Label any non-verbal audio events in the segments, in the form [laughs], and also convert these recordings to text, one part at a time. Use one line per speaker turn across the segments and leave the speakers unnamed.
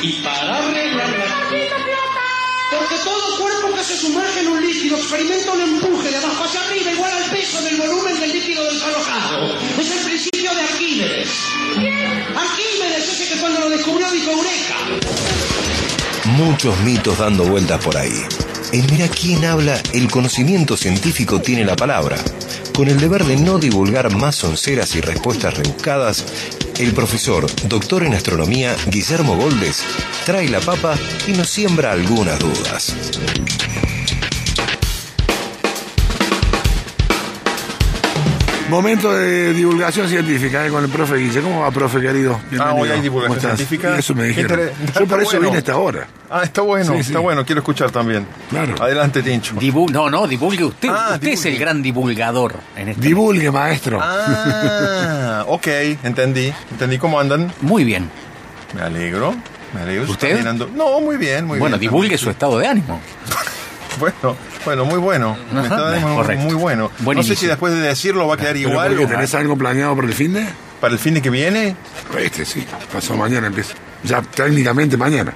Y para arreglarla. Porque todo cuerpo que se sumerge en un líquido experimenta un empuje de abajo hacia arriba igual al peso del volumen del líquido desalojado. Es el principio de Arquímedes. Arquímedes, ese que cuando lo descubrió dijo Eureka.
Muchos mitos dando vueltas por ahí. En Mira quién habla, el conocimiento científico tiene la palabra. Con el deber de no divulgar más sonceras y respuestas rebuscadas, el profesor, doctor en astronomía, Guillermo Goldes, trae la papa y nos siembra algunas dudas.
Momento de divulgación científica eh, con el profe Guille. ¿Cómo va, profe querido?
Ah, hoy hay divulgación
¿Cómo estás?
científica.
Eso me
Qué
dijeron.
inter-
Yo
está
por eso
bueno.
vine a esta hora.
Ah, está bueno,
Sí, sí.
está bueno, quiero escuchar también.
Claro.
Adelante, Tincho.
Divu- no, no, divulgue usted.
Ah,
usted es
divulgue.
el gran divulgador en este.
Divulgue, maestro.
Ah, ok, entendí. Entendí cómo andan.
Muy bien.
Me alegro. Me alegro. se
¿Usted?
está llenando- No, muy bien, muy
bueno,
bien.
divulgue su estado de ánimo.
Bueno, bueno, muy bueno. Me
Ajá,
está dando
correcto.
muy bueno.
Buen
no sé
inicio.
si después de decirlo va a quedar
¿Pero
igual
por qué?
o-
¿Tenés algo planeado para el fin de?
para el fin de que viene.
Este sí. Pasó mañana empieza. Ya técnicamente mañana.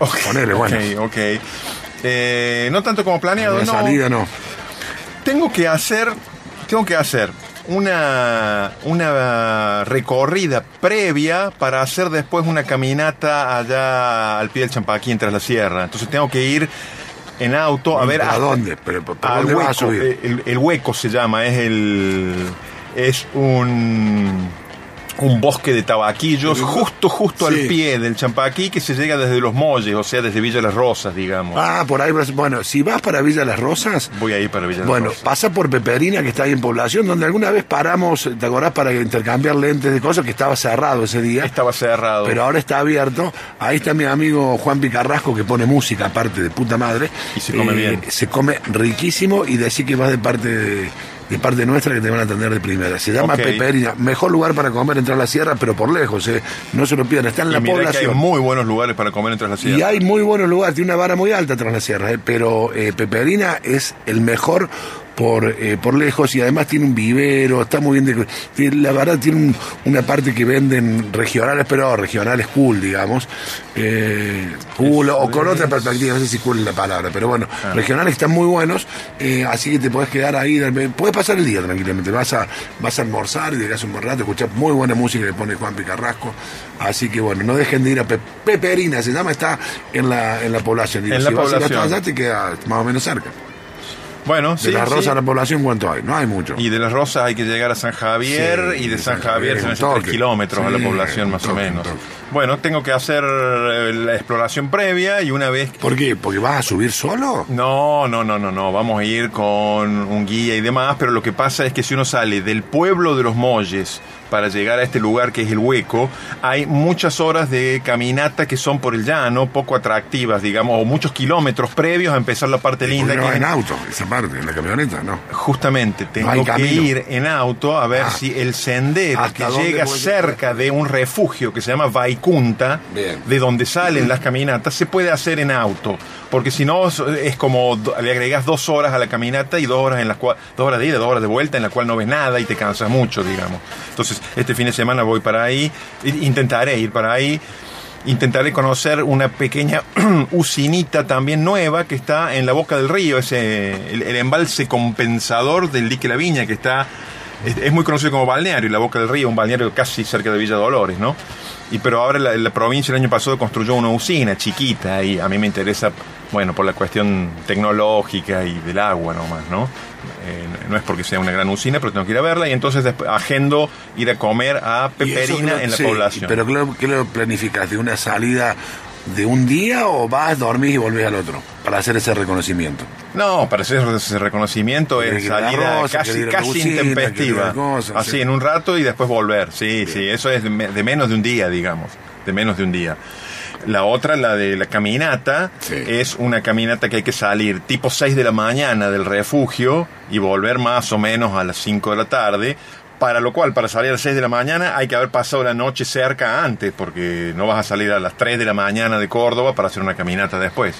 Ok,
Ponele, bueno.
Ok, ok. Eh, no tanto como planeado,
La
no.
salida no.
Tengo que hacer, tengo que hacer una, una recorrida previa para hacer después una caminata allá al pie del Champaquí en Tras la Sierra. Entonces tengo que ir en auto a ver
¿Pero
hasta-
dónde? ¿Pero por- por
al
dónde vas a
hueco.
subir?
Eh, El, el hueco se llama, es el es un un bosque de tabaquillos justo justo
Sí.
al pie del Champaquí que se llega desde Los Molles, o sea, desde Villa Las Rosas, digamos.
Ah, por ahí. vas- Bueno, si vas para Villa Las Rosas.
Voy a ir para Villa Las
Bueno,
Rosas.
pasa por Peperina, que está ahí en población, donde alguna vez paramos, ¿te acordás? Para intercambiar lentes de cosas, que estaba cerrado ese día.
Estaba cerrado.
Pero ahora está abierto. Ahí está mi amigo Juan Picarrasco que pone música aparte de puta madre. Eh,
Y se come bien.
Se come riquísimo y decir que vas de parte de, de parte nuestra que te van a atender de primera. Se llama
Ok.
Peperina. Mejor lugar para comer entrar a la sierra, pero por lejos, eh. no se lo pierdan. Está en la
Y mirá que hay
población.
muy buenos lugares para comer en Tras la Sierra.
Y hay muy buenos lugares, tiene una vara muy alta tras la sierra, eh, pero eh, Peperina es el mejor por, eh, por lejos y además tiene un vivero, está muy bien. deco- tiene- la verdad, tiene un- una parte que venden regionales, pero regionales cool, digamos. eh, cool, o con otra perspectiva, no sé si cool es la palabra, pero bueno, regionales están muy buenos, eh, así que te podés quedar ahí, eh, podés pasar el día tranquilamente. Vas a, vas a almorzar y llegás un buen rato, escuchás muy buena música que pone Juan Picarrasco. Así que bueno, no dejen de ir a Pe- Peperina, se llama, está en la, en la población. Digo,
En la
si vas a ir hasta
población.
allá, te queda más o menos cerca.
Bueno,
De la Rosa a la población, ¿cuánto hay? No hay mucho.
Y de las Rosas hay que llegar a San Javier
Sí,
y de San
San
Javier
Javier,
son
un
esos
toque.
tres kilómetros a la
Sí,
población
un
más
toque,
o menos.
un toque.
Bueno, tengo que hacer eh, la exploración previa y una vez...
¿Por qué? ¿Porque vas a subir solo?
No, no, no, no, no, vamos a ir con un guía y demás, pero lo que pasa es que si uno sale del pueblo de los Molles para llegar a este lugar que es el Hueco, hay muchas horas de caminata que son por el llano, poco atractivas, digamos, o muchos kilómetros previos a empezar la parte linda.
Porque no
que
vas
es-
en auto, esa parte, en la camioneta, no.
Justamente, tengo
hay
que
camino.
ir en auto a ver
Ah.
si el sendero
¿Hasta
que
dónde
llega
voy a
cerca de un refugio que se llama Vaikunta,
Bien. Mm.
de donde salen las caminatas, se puede hacer en auto. Porque si no, es- es como do- le agregas dos horas a la caminata y dos horas, en las cua- dos horas de ida, dos horas de vuelta, en la cual no ves nada y te cansas mucho, digamos. Entonces, este fin de semana voy para ahí, i- intentaré ir para ahí. Intentaré conocer una pequeña [clears throat] usinita también nueva que está en la boca del río, ese, el, el embalse compensador del dique La Viña, que está, es, es muy conocido como balneario, la boca del río, un balneario casi cerca de Villa Dolores, ¿no? Y pero ahora la, la provincia el año pasado construyó una usina chiquita y a mí me interesa, bueno, por la cuestión tecnológica y del agua nomás, ¿no? Eh, no es porque sea una gran usina, pero tengo que ir a verla y entonces después agendo ir a comer a
Y eso
Peperina
creo-
en la
sí,
población.
Pero creo- ¿qué lo planificas? ¿De una salida de un día o vas, dormís y volvés al otro? Para hacer ese reconocimiento.
No, para hacer ese reconocimiento
Que
es
ir a la
salida
rosa, que
casi,
ir a la
casi
cocina, que ir a
intempestiva.
la cosa,
Así,
sí.
en un rato y después volver. Sí, sí, eso es de, me- de menos de un día, digamos. De menos de un día. La otra, la de la caminata,
Sí.
es una caminata que hay que salir tipo 6 de la mañana del refugio y volver más o menos a las 5 de la tarde. Para lo cual, para salir a las 6 de la mañana hay que haber pasado la noche cerca antes, porque no vas a salir a las 3 de la mañana de Córdoba para hacer una caminata después.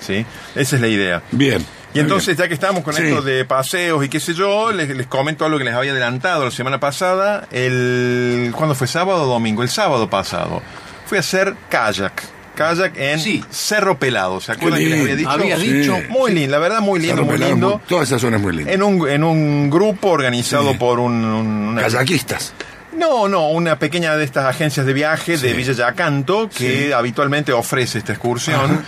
¿Sí? Esa es la idea.
Bien.
Y entonces, ya que estamos con
Sí.
esto de paseos y qué sé yo, les, les comento algo que les había adelantado la semana pasada. El, ¿Cuándo fue sábado o domingo? El sábado pasado. Fui a hacer kayak. Kayak en
Sí.
Cerro Pelado. ¿Se acuerdan que les había dicho?
Había
Sí.
dicho.
Muy lindo, la verdad, muy lindo,
Cerro
muy
Pelado,
lindo.
muy- toda esa zona es muy linda.
En un, en un grupo organizado por un, un- una-
Kayakistas.
No, no, una pequeña de estas agencias de viaje de Villa Yacanto que habitualmente ofrece esta excursión.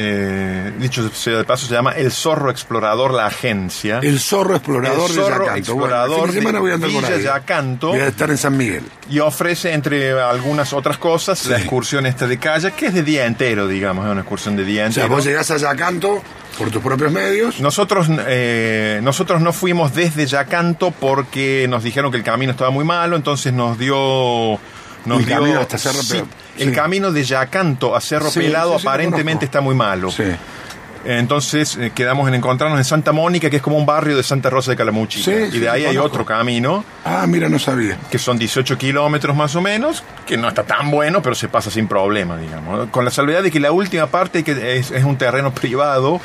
Eh, dicho sea de paso, se llama El Zorro Explorador, la agencia.
El zorro explorador
Ah. El zorro
de Yacanto.
explorador
bueno, el fin de semana
de
voy a andar por
Villa
ahí.
Yacanto.
Voy a estar en San Miguel.
Y ofrece, entre algunas otras cosas, la excursión esta de kayak, que es de día entero, digamos, es una excursión de día
O sea,
entero.
vos llegás a Yacanto por tus propios medios.
Nosotros, eh, nosotros no fuimos desde Yacanto porque nos dijeron que el camino estaba muy malo, entonces nos dio... Nos
El
dio-
camino hasta Cerro
sí,
Pelado.
El
Sí.
camino de Yacanto a Cerro
Sí,
Pelado
sí, sí, lo
aparentemente
conozco.
está muy malo.
Sí.
Entonces eh, quedamos en encontrarnos en Santa Mónica, que es como un barrio de Santa Rosa de Calamuchita.
Sí,
y
sí,
de
lo
ahí hay
conozco.
otro camino,
Ah, mira, no sabía.
que son 18 kilómetros más o menos, que no está tan bueno, pero se pasa sin problema, digamos. Con la salvedad de que la última parte que es, es un terreno privado,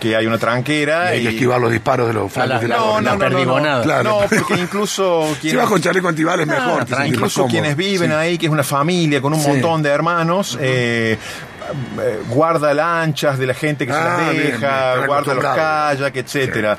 que hay una tranquera.
Hay
y-
que esquivar los disparos de los
la-
flancos de la
no,
gorra.
no, no. perdigonada.
Claro.
No, porque incluso.
[laughs] Si vas con chaleco antibales,
Claro,
mejor. te sentís más
Ah, incluso
cómodo.
quienes viven
Sí.
ahí, que es una familia con un
Sí.
montón de hermanos, eh, eh, guarda lanchas de la gente que
Ah,
se las
bien, bien,
deja,
están
guarda los
acostumbrados.
kayak, etcétera.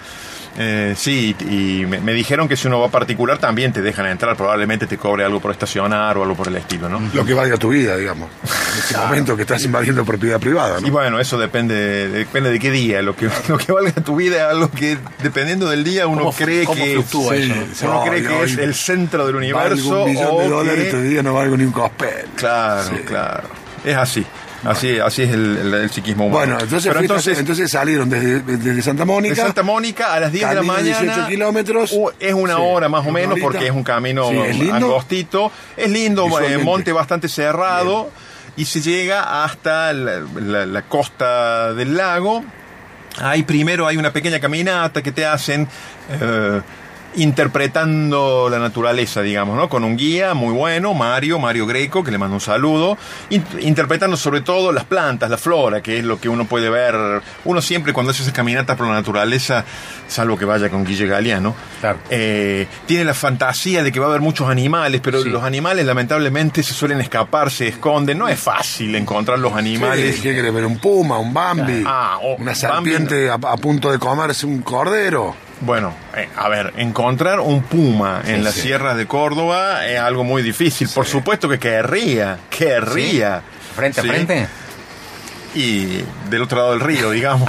Eh, Sí, y me, me dijeron que si uno va particular también te dejan entrar, probablemente te cobre algo por estacionar o algo por el estilo, ¿no?
Lo que valga tu vida, digamos. En ese momento que estás invadiendo propiedad privada,
Y
¿no?
bueno, eso depende depende de qué día. Lo que, [laughs] lo que valga tu vida es algo que, dependiendo del día, uno
¿Cómo-
cree
cómo
que.
fluctúa
Sí,
eso?
Uno
No,
cree
y
que
hoy
es el centro del universo.
Valgo un millón
o
de dólares,
que-
todavía no valgo ni un cospel.
Claro, claro. Es así. Así, así es el, el- el psiquismo humano.
Bueno, entonces,
Pero
fuiste-
entonces,
entonces salieron desde, desde Santa
de
Mónica.
Santa Mónica a las 10 de la
Camino
mañana.
18 kilómetros.
u- Es una
Sí.
hora más o
Una
menos
horita.
porque es un camino
Sí, ¿es lindo?
angostito. Es lindo, eh,
Visualmente.
monte bastante cerrado. Y se llega hasta la, la- la costa del lago. Ahí primero hay una pequeña caminata que te hacen. eh, interpretando la naturaleza, digamos, ¿no? Con un guía muy bueno, Mario, Mario Greco, que le mando un saludo, in- interpretando sobre todo las plantas, la flora, que es lo que uno puede ver, uno siempre cuando hace esas caminatas por la naturaleza, salvo que vaya con Guille Galeano,
Claro.
eh, tiene la fantasía de que va a haber muchos animales, pero
Sí.
los animales lamentablemente se suelen escapar, se esconden, no es fácil encontrar los animales.
Sí, ¿Qué querés ver? ¿Un puma? ¿Un Bambi?
Ah, o-
¿Una
Bambi
serpiente a, a punto de comerse un cordero?
Bueno, eh, a ver, encontrar un puma en las
sí.
sierras de Córdoba es algo muy difícil. Por supuesto que querría, querría.
Frente
Sí.
a frente.
Y del otro lado del río,
[laughs]
digamos.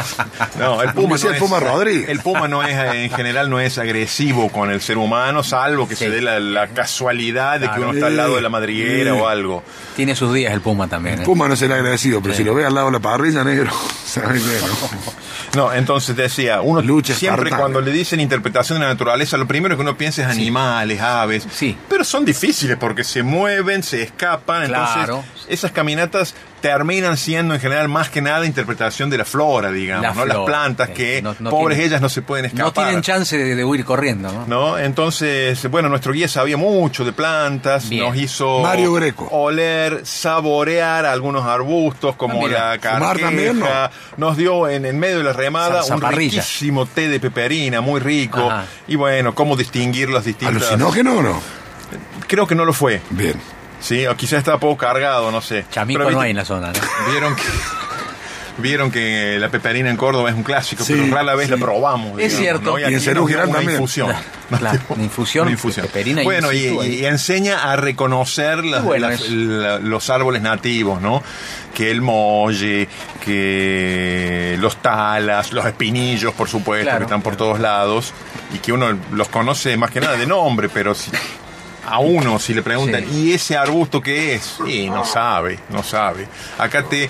No, el puma,
Como decía
no
el Puma
es,
Rodríguez.
El puma no es, eh, en general, no es agresivo con el ser humano, salvo que se
Sí.
dé la, la casualidad de que
Claro.
uno está al lado de la madriguera
Sí.
o algo.
Tiene sus días el Puma también. ¿eh?
Puma no será agradecido, pero si lo ve al lado de la parrilla, negro, [laughs] sabes que no.
No, entonces decía, uno
Lucha
siempre
espartana.
cuando le dicen interpretación de la naturaleza, lo primero que uno piensa es animales, aves.
Sí.
Pero son difíciles porque se mueven, se escapan.
Claro.
Entonces, esas caminatas terminan siendo en general más que nada interpretación de la flora, digamos,
La
¿no?
flora,
Las plantas
sí.
que,
No- no
pobres
tienen-
ellas, no se pueden escapar.
No tienen chance de, de huir corriendo, ¿no?
¿no? Entonces, bueno, nuestro guía sabía mucho de plantas,
Bien.
nos hizo
Mario Greco.
oler, saborear algunos arbustos como
Ah, mira.
la
Fumar también, ¿no?
carqueja, nos dio en el medio de la remada
Sa-
un
zaparrilla.
riquísimo té de peperina, muy rico,
Ajá.
y bueno, cómo distinguir las distintas...
¿Alucinógeno o no?
Creo que no lo fue,
Bien.
¿sí? O quizás estaba poco cargado, no sé.
Chamico
Pero
no
viste-
hay en la zona, ¿no?
Vieron que... Vieron que la peperina en Córdoba es un clásico,
Sí,
pero rara vez
sí.
la probamos.
Es cierto.
¿no?
Y
en
aquí nos
Cerú
dio
Girán
una
también.
Infusión.
[laughs] Claro, una infusión,
Una infusión.
peperina y
bueno, y,
insisto,
y- y enseña a reconocer las-
bueno
las-
eso.
la- los árboles nativos, ¿no? Que el molle, que los talas, los espinillos, por supuesto,
Claro.
que están por todos lados, y que uno los conoce más que nada de nombre, pero si- a uno, si le preguntan,
Sí.
¿y ese arbusto qué es? Y no sabe, no sabe. Acá te,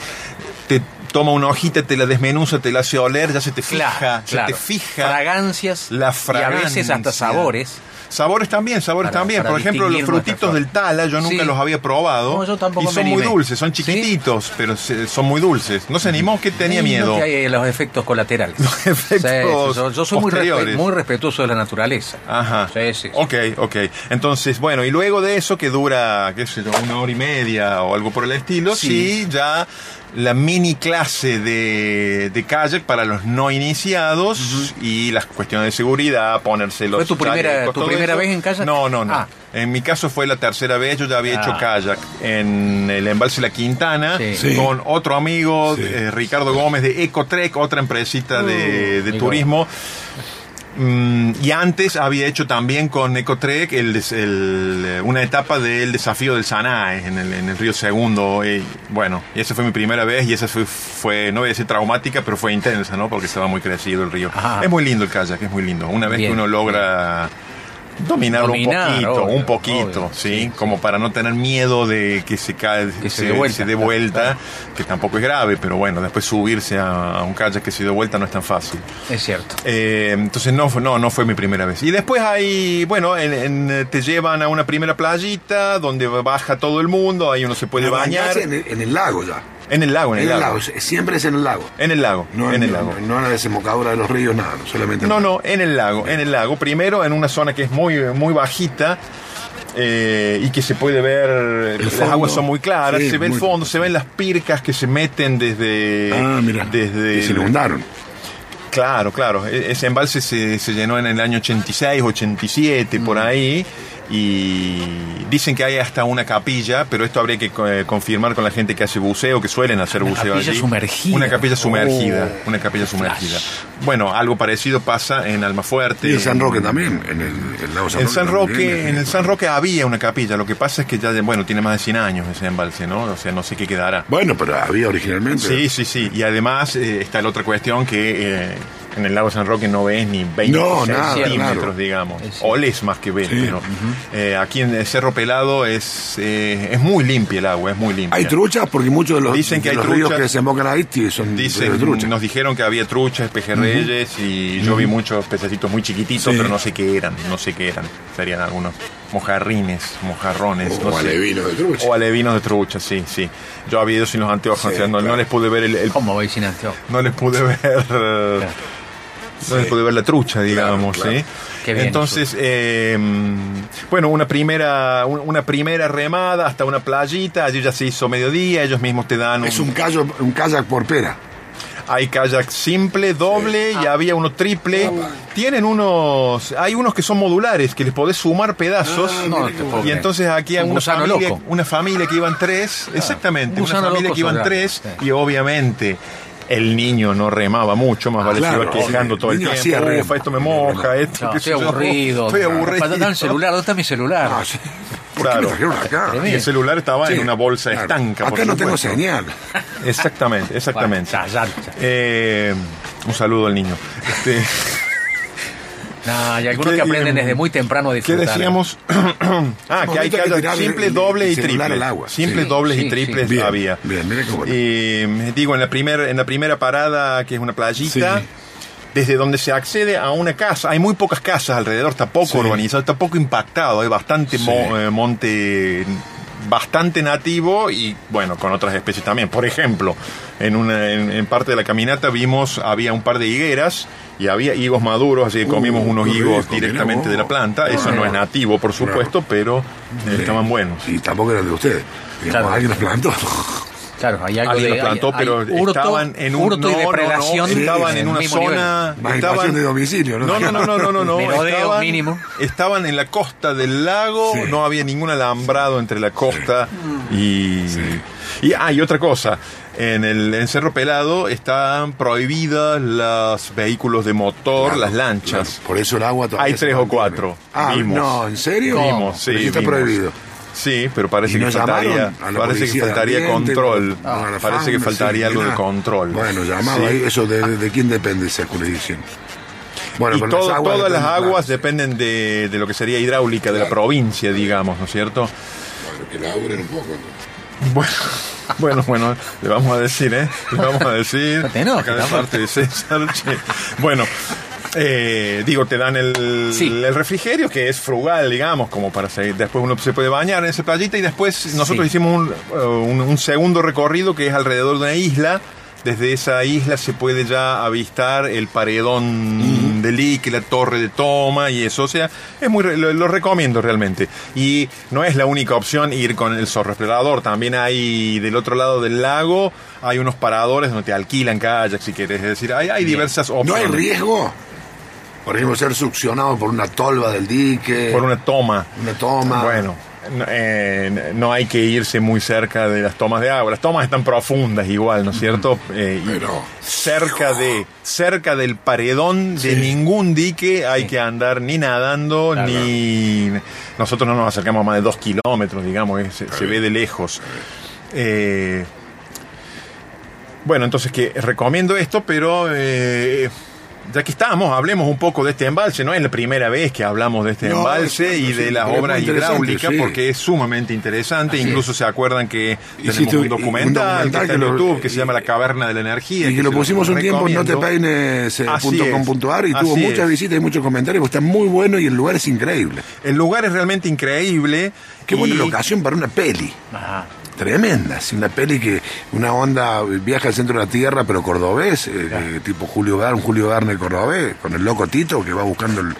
te toma una hojita, te la desmenuza, te la hace oler, ya se te fija,
Claro,
se
claro.
te fija
Fragancias
la
y
fragancia.
a veces hasta sabores.
Sabores también, sabores
Para-
también.
para
Por ejemplo, los
distinguir nuestra
frutitos del tala, yo nunca
Sí.
los había probado.
No, yo tampoco
y
me
son muy
animé.
dulces, son
¿Sí?
chiquititos, pero se- son muy dulces. No se animó, que tenía
Sí,
miedo.
no, que hay eh, los efectos colaterales.
Los efectos
Sí, sí, yo, yo soy muy, respe-
posteriores.
muy respetuoso de la naturaleza.
Ajá.
Sí, sí, sí.
Ok, ok. Entonces, Bueno, y luego de eso, que dura, qué sé yo, una hora y media o algo por el estilo, sí,
Sí.
ya la mini clase de, de kayak para los no iniciados y las cuestiones de seguridad, ponerse los
¿Fue tu primera-
chalecos,
tu
todo
primera
eso.
vez en kayak?
No, no, no.
Ah.
En mi caso fue la tercera vez, yo ya había hecho
Ah.
kayak en el embalse La Quintana
Sí.
Sí.
con otro amigo,
Sí.
eh, Ricardo Gómez de Ecotrek, otra empresita
Uh,
de, de
muy
turismo. Mm, y antes había hecho también con Ecotrek el, des- el, eh, una etapa del desafío del Sanae en el, en el río Segundo. Y, bueno, y esa fue mi primera vez y esa fue, fue, no voy a decir traumática, pero fue intensa, ¿no? Porque estaba muy crecido el río.
Ajá.
Es muy lindo el kayak, es muy lindo. Una vez
Bien,
que uno logra dominarlo
Dominar,
un poquito,
obvio,
un poquito,
obvio,
¿sí? Como para no tener miedo de que se cae,
Que se dé vuelta.
dé vuelta, que tampoco es grave, pero bueno, después subirse a, a un kayak que se dio vuelta no es tan fácil.
Es cierto.
Eh, entonces no, fue- no, no fue mi primera vez. Y después hay, bueno, en- en, eh, te llevan a una primera playita donde baja todo el mundo, ahí uno se puede
Pero
bañar.
bañarse En el, en el lago ya.
En el lago, en el lago.
Siempre es en el lago.
En el lago,
No
en el lago.
No en la desembocadura de los ríos, nada. no, Solamente en
No,
el lago.
no, en el lago, en el lago. Primero en una zona que es muy, muy bajita eh, y que se puede ver,
El
las
fondo.
aguas son muy claras,
Sí,
se ve el
muy-
fondo, se ven las pircas que se meten desde...
Ah, mira.
desde
Y se inundaron.
Claro, claro. E- Ese embalse se, se llenó en el año 86, 87, por
Mm.
ahí. Y dicen que hay hasta una capilla, pero esto habría que co- eh, confirmar con la gente que hace buceo, que suelen hacer
Una
buceo
capilla
allí.
sumergida.
Una capilla sumergida.
Oh.
Una capilla sumergida.
Flash.
Bueno, algo parecido pasa en Almafuerte.
Y en San Roque también. En el, el lago San
En San Roque,
también.
en el San Roque había una capilla, lo que pasa es que ya, de- bueno, tiene más de 100 años ese embalse, ¿no? O sea, no sé qué quedará.
Bueno, pero había originalmente.
Sí, sí, sí. Y además eh, está la otra cuestión que eh, en el lago San Roque no ves ni 20
No, nada,
centímetros,
claro.
digamos.
Es cierto.
O les más que ves, pero eh, aquí en el Cerro Pelado es, eh, es muy limpia el agua, es muy limpia.
Hay truchas porque muchos de los,
Dicen
de
que hay
los ríos
truchas.
que desembocan ahí tí, son
Dicen,
de truchas.
nos dijeron que había truchas, pejerreyes y yo vi muchos pececitos muy chiquititos,
Sí.
pero no sé qué eran, no sé qué eran. Serían algunos mojarrines, mojarrones,
O
no sé.
Oh, alevinos de trucha.
O alevinos de trucha, sí, sí. Yo había ido sin los anteojos,
Sí,
o sea, no, no
claro.
les pude ver el- el
¿Cómo voy sin anteojos?
no les pude ver eh, no les pude ver la trucha digamos
claro.
¿sí?
Qué bien
entonces eh, bueno una primera un- una primera remada hasta una playita allí ya se hizo mediodía ellos mismos te dan
Es un, callo, un kayak por pera.
hay kayak simple, doble y había uno triple. Tienen unos, hay unos que son modulares, que les podés sumar pedazos.
Ah,
No, te puedo
y
creer.
entonces aquí hay
Un
una
gusano
familia,
loco. Ah.
una familia que iban tres, exactamente, una
un gusano
familia
loco
que iban
sobrano,
tres
sí.
y obviamente el niño no remaba mucho, más vale
claro,
se iba quejando
el
todo el
niño
tiempo.
hacía remo.
"Ufa, esto me moja, esto
No,
qué
estoy
sé yo,
aburrido.
Estoy aburrido.
Para el celular, ¿dónde está mi celular?
Ah, sí. [laughs] ¿Por
Claro.
qué me trajeron acá?
Tremendo.
Y el celular estaba
Sí,
en una bolsa
claro.
estanca. por
Acá no tengo
supuesto. [laughs]
señal.
Exactamente, exactamente.
Bueno, ya, ya, ya.
Eh, un saludo al niño. Este,
No, y algunos
¿Qué,
que aprenden
eh,
desde muy temprano a
¿Qué
disfrutar. eh?
decíamos?
[clears throat]
ah, que hay
momento hay que
kayak
tirar el-
simple,
el
doble y
celular
triple.
al agua.
Simple,
Sí.
dobles
Sí,
y
sí.
triples
Bien,
había.
bien, mira qué bueno.
Y Eh, digo, en la, primer, en la primera parada, que es una playita,
Sí.
desde donde se accede a una casa, hay muy pocas casas alrededor, está poco
Sí.
urbanizado, está poco impactado, hay bastante mo- eh, monte bastante nativo y bueno con otras especies también por ejemplo en una en, en parte de la caminata vimos había un par de higueras y había higos maduros así que
Uh,
comimos unos
qué
higos
rico,
directamente
mirá
de la
vos.
planta eso no es nativo por
Claro.
supuesto pero eh, estaban buenos
Y tampoco eran de ustedes. Digamos,
Claro.
Alguien los plantó.
Claro, hay algo
Alguien
de,
los plantó,
hay- hay
pero
hurto,
estaban en un
hurto y
no, no, no,
depredación.
estaban en
el
una
mismo
zona,
Más
estaban
invasión de domicilio, ¿no?
No, no, no, no, no,
[laughs]
no, no,
Merodeo
estaban,
mínimo.
Estaban en la costa del lago,
Sí.
no había ningún alambrado entre la costa y y ah, y otra cosa, en el en Cerro Pelado están prohibidas los vehículos de motor,
Claro,
las lanchas.
claro. Por eso el agua todavía.
Hay
se
tres o
mantiene.
cuatro.
Ah,
Vimos.
no, ¿en serio?
Vimos, sí,
Pero sí está
vimos.
prohibido.
Sí, pero parece
¿Y
que
no
faltaría,
llamaron a la
parece que
policía de
faltaría
ambiente?
control.
No, a la
parece que
fauna,
faltaría
sí,
algo de
nada.
control.
Bueno, llamaba
Sí.
ahí. Eso de, de quién depende esa jurisdicción. Bueno,
y
pero
todo- todas las
dependen- claro,
aguas dependen de, de lo que sería hidráulica de la provincia, digamos, ¿no es cierto?
Bueno, que la abren un poco. ¿no?
Bueno, [laughs] bueno, bueno, le vamos a decir, ¿eh? Le vamos a decir.
No te enojes,
acá de
tampoco.
parte de César, [laughs] che. Bueno. eh, digo, te dan el,
Sí.
el refrigerio que es frugal, digamos, como para seguir. Después uno se puede bañar en esa playita y después nosotros
Sí.
hicimos un, eh, un- un segundo recorrido que es alrededor de una isla. Desde esa isla se puede ya avistar el paredón Chandelí, que la torre de toma y eso. O sea, es muy, re- lo, lo recomiendo realmente. Y no es la única opción ir con el zorro explorador. También hay del otro lado del lago, hay unos paradores donde te alquilan kayaks si quieres. Es decir, hay, hay diversas
¿No
opciones.
hay riesgo? Por ejemplo, ser succionado por una tolva del dique.
Por una toma.
Una toma.
Bueno, no, eh, no hay que irse muy cerca de las tomas de agua. Las tomas están profundas igual, ¿no es cierto? Eh, y
Pero-
cerca de cerca del paredón de ningún dique hay que andar ni nadando
Claro.
ni nosotros no nos acercamos a más de dos kilómetros, digamos, eh, se, se ve de lejos. Eh, bueno, entonces que recomiendo esto, pero eh, ya que estamos, hablemos un poco de este embalse. No es la primera vez que hablamos de este
No,
embalse
exacto,
y
sí,
de las
pero es
obras
muy interesante,
hidráulicas,
sí.
porque es sumamente interesante.
Así
Incluso se acuerdan que tenemos
Hiciste
un
un- un
documental, que
documental
está
que
en
lo-
YouTube que
y-
se llama La Caverna de la Energía.
Y que lo
se
pusimos un tiempo en eh, no te
recomiendo. Así es,
peines.com.ar y tuvo
así
muchas
es.
visitas y muchos comentarios, porque está muy bueno y el lugar es increíble.
El lugar es realmente increíble.
Qué buena
y-
locación para una peli.
Ajá.
Tremenda, sí, una peli que una onda viaja al centro de la tierra, pero cordobés, eh, eh, tipo Julio Verne, Julio Verne cordobés, con el loco Tito que va buscando el,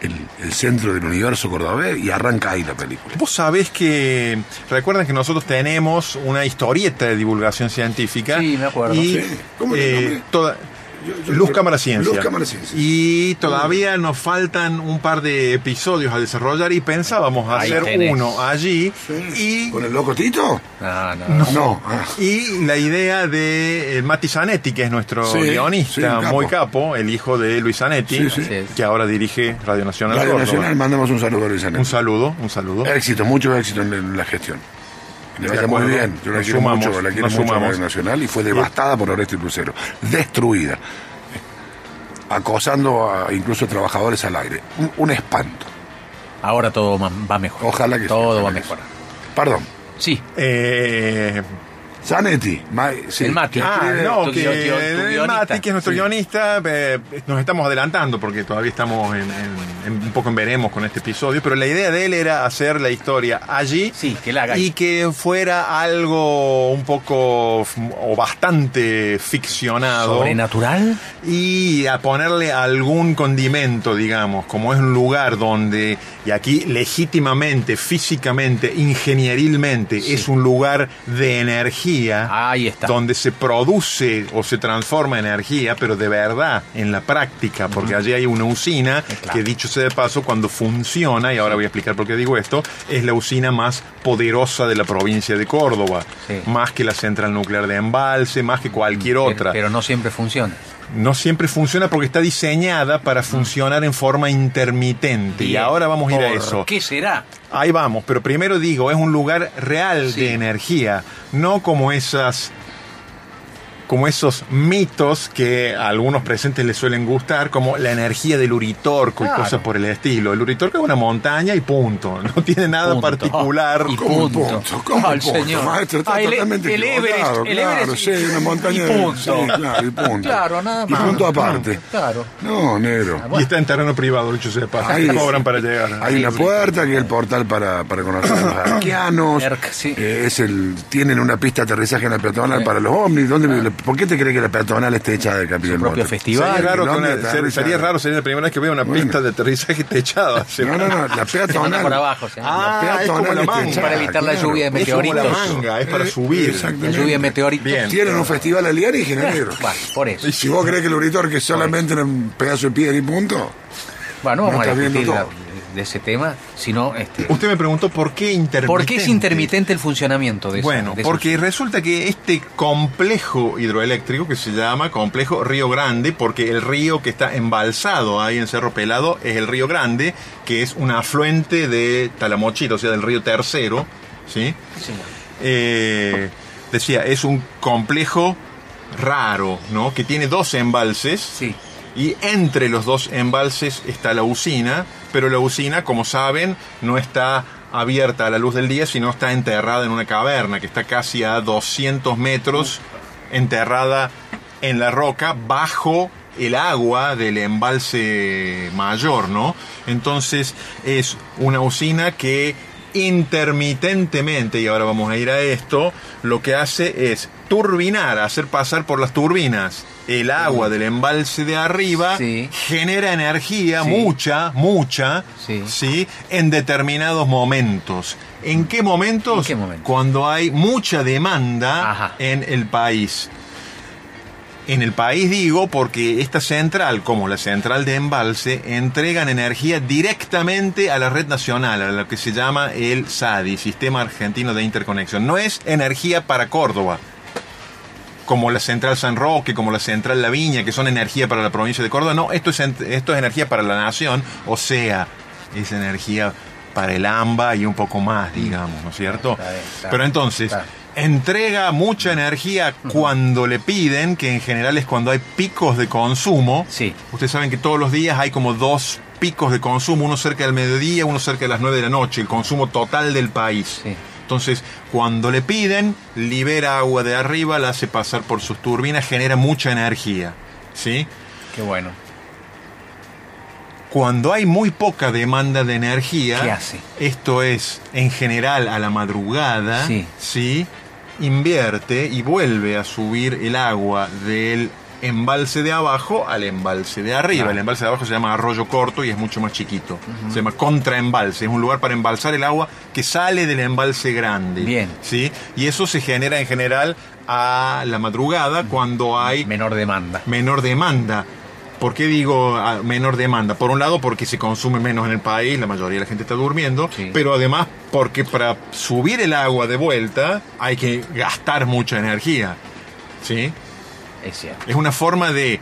el- el centro del universo cordobés y arranca ahí la película.
Vos sabés que. Recuerdan que nosotros tenemos una historieta de divulgación científica.
Sí, me acuerdo.
Y,
Sí. ¿Cómo era el
eh,
nombre?
toda-
yo-
Luz
yo-
Cámara Ciencia.
Luz, Cámara, Ciencia.
Y todavía nos faltan un par de episodios a desarrollar y pensábamos
Ahí
hacer
tenés.
uno allí. Y
¿Con el loco Tito?
No, no.
No. ah.
y la idea de eh, Mati Zanetti, que es nuestro
Sí, sí,
guionista
un capo.
muy capo, el hijo de Luis Zanetti,
Sí, sí.
Así es.
que ahora dirige Radio Nacional
Radio
Córdoba.
Nacional, Er mandamos un saludo a Luis Anel.
Un saludo, un saludo.
Éxito, mucho éxito en- en la gestión. Que Le
De
vaya muy
acuerdo.
bien. Yo la
Nos
quiero
sumamos,
mucho, la quiero
nos
mucho a
sumamos.
Radio Nacional y fue devastada por Oreste Lucero. Destruida. Acosando a incluso trabajadores al aire. Un, un espanto.
Ahora todo ma- va mejor.
Ojalá que
Todo
sí,
va
ojalá
a
que sí.
mejorar.
Perdón.
Sí.
Eh,
Zanetti. ma- sí,
El mate.
que
Ah,
escribe-
no,
tu
que
guion- tu
el
guionista.
Mati, que es nuestro
Sí.
guionista, eh, nos estamos adelantando porque todavía estamos en, en- en- un poco en veremos con este episodio, pero la idea de él era hacer la historia allí
Sí, que la haga
y
ahí.
que fuera algo un poco f- o bastante ficcionado
Sobrenatural.
y a ponerle algún condimento, digamos, como es un lugar donde, y aquí legítimamente, físicamente, ingenierilmente, es un lugar de energía
Ahí está.
donde se produce o se transforma energía, pero de verdad, en la práctica, porque allí hay una usina
claro.
que dicho sea de paso, cuando funciona, y ahora voy a explicar por qué digo esto, es la usina más poderosa de la provincia de Córdoba,
Sí. Mm,
más que la central nuclear de embalse, más que cualquier
Pero-
otra.
Pero no siempre funciona.
No siempre funciona porque está diseñada para funcionar en forma intermitente. Y
Mm. Bien.
ahora vamos a ir a
¿Por
eso.
¿Qué será?
Ahí vamos, pero primero digo, es un lugar real
Sí.
de energía, no como esas como esos mitos que a algunos presentes les suelen gustar, como la energía del Uritorco
Claro.
y cosas por el estilo. El Uritorco es una montaña y punto, [laughs] no tiene nada
Punto.
particular.
Y
¿Cómo
punto.
punto? ¿Cómo
Al
punto,
señor.
maestro? Está
Ah, el-
totalmente
el Everest,
equivocado,
el
claro,
Everest y-
sí, una montaña
y
de-
punto.
sí, claro, y punto.
Claro, nada
Y
más.
punto aparte.
Claro.
No, negro.
Y está en terreno privado, dicho sea de paso,
Ahí-
[laughs] cobran para llegar.
Hay una puerta que es el portal para, para conocer
[coughs]
a los arqueanos.
Erc, sí.
Eh, es el, tienen una pista de aterrizaje en la peatonal para los ovnis. ¿Dónde, ¿Por qué te crees que la peatonal esté hecha de Capitán
Ah. propio
Monte?
festival.
Sería
Iván,
raro, que
¿Dónde
una-
aterriza?
ser- sería raro, sería la primera vez que veo una
Bueno.
pista de aterrizaje techada.
No, no, no, la
[laughs] Se manda
peatonal.
para abajo. se manda.
Ah,
La
es como
peatonal
la
está
manga.
hecha,
Para evitar la lluvia de
Es como la
meteoritos.
manga, es para
Eh,
subir.
la
exactamente.
lluvia de meteoritos.
Bien.
Tienen un festival alienígena,
[laughs]
negro.
Bueno, por eso.
Si vos crees que el Uritor que es solamente un pedazo de piedra y punto.
Bueno,
No
vamos a
está viendo
discutir la-
todo.
de ese tema, sino este,
Usted me preguntó por qué intermitente.
¿por qué es intermitente el funcionamiento de esa-
Bueno,
de esa
porque resulta que este complejo hidroeléctrico que se llama complejo Río Grande, porque el río que está embalsado ahí en Cerro Pelado es el Río Grande, que es un afluente de Talamochita, o sea, del río Tercero, ¿sí?
usina?
Eh, decía, es un complejo raro, ¿no? Que tiene dos embalses.
Sí.
Y entre los dos embalses está la usina, pero la usina, como saben, no está abierta a la luz del día, sino está enterrada en una caverna que está casi a 200 metros, enterrada en la roca, bajo el agua del embalse mayor, ¿no? Entonces es una usina que intermitentemente, y ahora vamos a ir a esto, lo que hace es turbinar, hacer pasar por las turbinas el agua del embalse de arriba,
Sí.
genera energía,
Sí.
mucha, mucha,
Sí.
¿sí? en determinados momentos. ¿En qué momentos?
Mm. ¿En qué momentos?
Cuando hay mucha demanda
Ajá.
en el país. En el país digo porque esta central, como la central de embalse, entregan energía directamente a la red nacional, a lo que se llama el SADI, Sistema Argentino de Interconexión. No es energía para Córdoba, como la central San Roque, como la central La Viña, que son energía para la provincia de Córdoba. No, esto es, en- esto es energía para la nación, o sea, es energía para el AMBA y un poco más, digamos, ¿no es cierto?
Mm. Está bien, está
Pero
bien,
entonces,
está
entrega mucha energía cuando le piden, que en general es cuando hay picos de consumo.
Sí.
Ustedes saben que todos los días hay como dos picos de consumo, uno cerca del mediodía, uno cerca de las 9 de la noche, el consumo total del país.
Sí.
Entonces, cuando le piden, libera agua de arriba, la hace pasar por sus turbinas, genera mucha energía. ¿Sí?
Qué bueno.
Cuando hay muy poca demanda de energía,
¿Qué hace?
esto es en general a la madrugada,
Sí.
¿sí? invierte y vuelve a subir el agua del embalse de abajo al embalse de arriba.
Claro.
El embalse de abajo se llama arroyo corto y es mucho más chiquito. Se llama contraembalse, es un lugar para embalsar el agua que sale del embalse grande.
Bien.
¿sí? Y eso se genera en general a la madrugada cuando hay
Menor demanda.
menor demanda. ¿Por qué digo ah, menor demanda? Por un lado, porque se consume menos en el país, la mayoría de la gente está durmiendo,
Sí.
pero además porque para subir el agua de vuelta hay que gastar mucha energía. ¿Sí?
Es cierto.
Es una forma de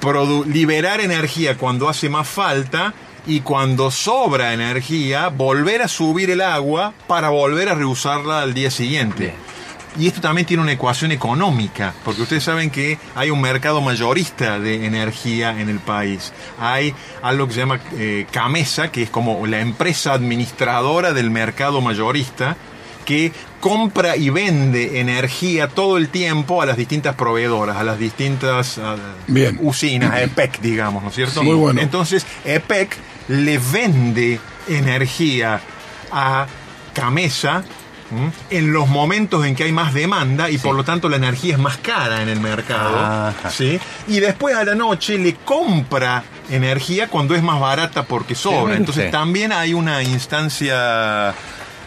produ- liberar energía cuando hace más falta y cuando sobra energía, volver a subir el agua para volver a reusarla al día siguiente.
Bien.
Y esto también tiene una ecuación económica, porque ustedes saben que hay un mercado mayorista de energía en el país. Hay algo que se llama eh, Camesa, que es como la empresa administradora del mercado mayorista, que compra y vende energía todo el tiempo a las distintas proveedoras, a las distintas ah,
Bien.
usinas, a EPEC, digamos, ¿no es cierto?
Sí. Muy bueno.
Entonces, E EPEC le vende energía a Camesa ¿m? en los momentos en que hay más demanda y por lo tanto la energía es más cara en el mercado.
Ajá.
¿sí? Y después a la noche le compra energía cuando es más barata porque sobra.
Excelente.
Entonces también hay una instancia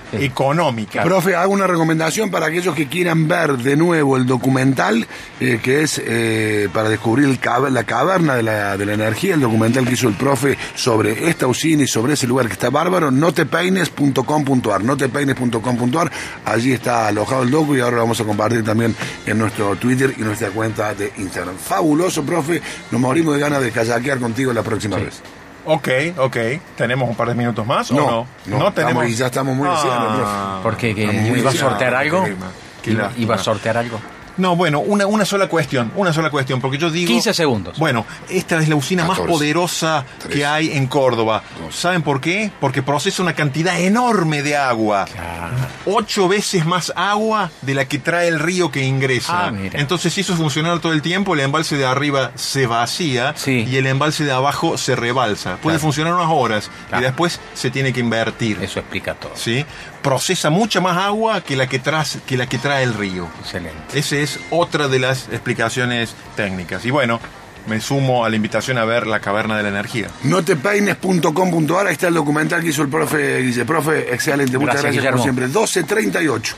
Sí.
económica.
Profe, hago una recomendación para aquellos que quieran ver de nuevo el documental eh, que es eh, para descubrir el cava- la caverna de la, de la energía, el documental que hizo el profe sobre esta usina y sobre ese lugar que está bárbaro, notepeines.com.ar, notepeines.com.ar, allí está alojado el docu y ahora lo vamos a compartir también en nuestro Twitter y nuestra cuenta de Instagram. Fabuloso, profe, nos morimos de ganas de kayakear contigo la próxima vez.
Ok, ok. ¿Tenemos un par de minutos más
No,
o no?
no, estamos- y ya estamos muy ancianos, profe.
¿Por qué? ¿Que
Ah, muy
¿Iba a
bien.
sortear
Ah,
algo?
qué lástima, qué
Iba-
lástima.
¿Iba a sortear algo?
No, bueno, una, una sola cuestión, una sola cuestión, porque yo digo...
15 segundos.
Bueno, esta es la usina más
14,
poderosa
13,
que hay en Córdoba. ¿Saben por qué? Porque procesa una cantidad enorme de agua.
Ah,
Ocho veces más agua de la que trae el río que ingresa.
Ah, mira.
Entonces, si eso funcionara todo el tiempo, el embalse de arriba se vacía
Sí.
y el embalse de abajo se rebalsa. Puede
Claro.
funcionar unas horas y
Claro.
después se tiene que invertir.
Eso explica todo.
¿sí? Procesa mucha más agua que la que, tras- que la que trae el río.
Excelente.
Esa es otra de las explicaciones técnicas. Y bueno, me sumo a la invitación a ver la caverna de la energía.
Notepeines.com.ar, ahí está el documental que hizo el profe Guille. Profe, excelente, muchas
Gracias,
gracias, como
Guillermo.
siempre. 12.38.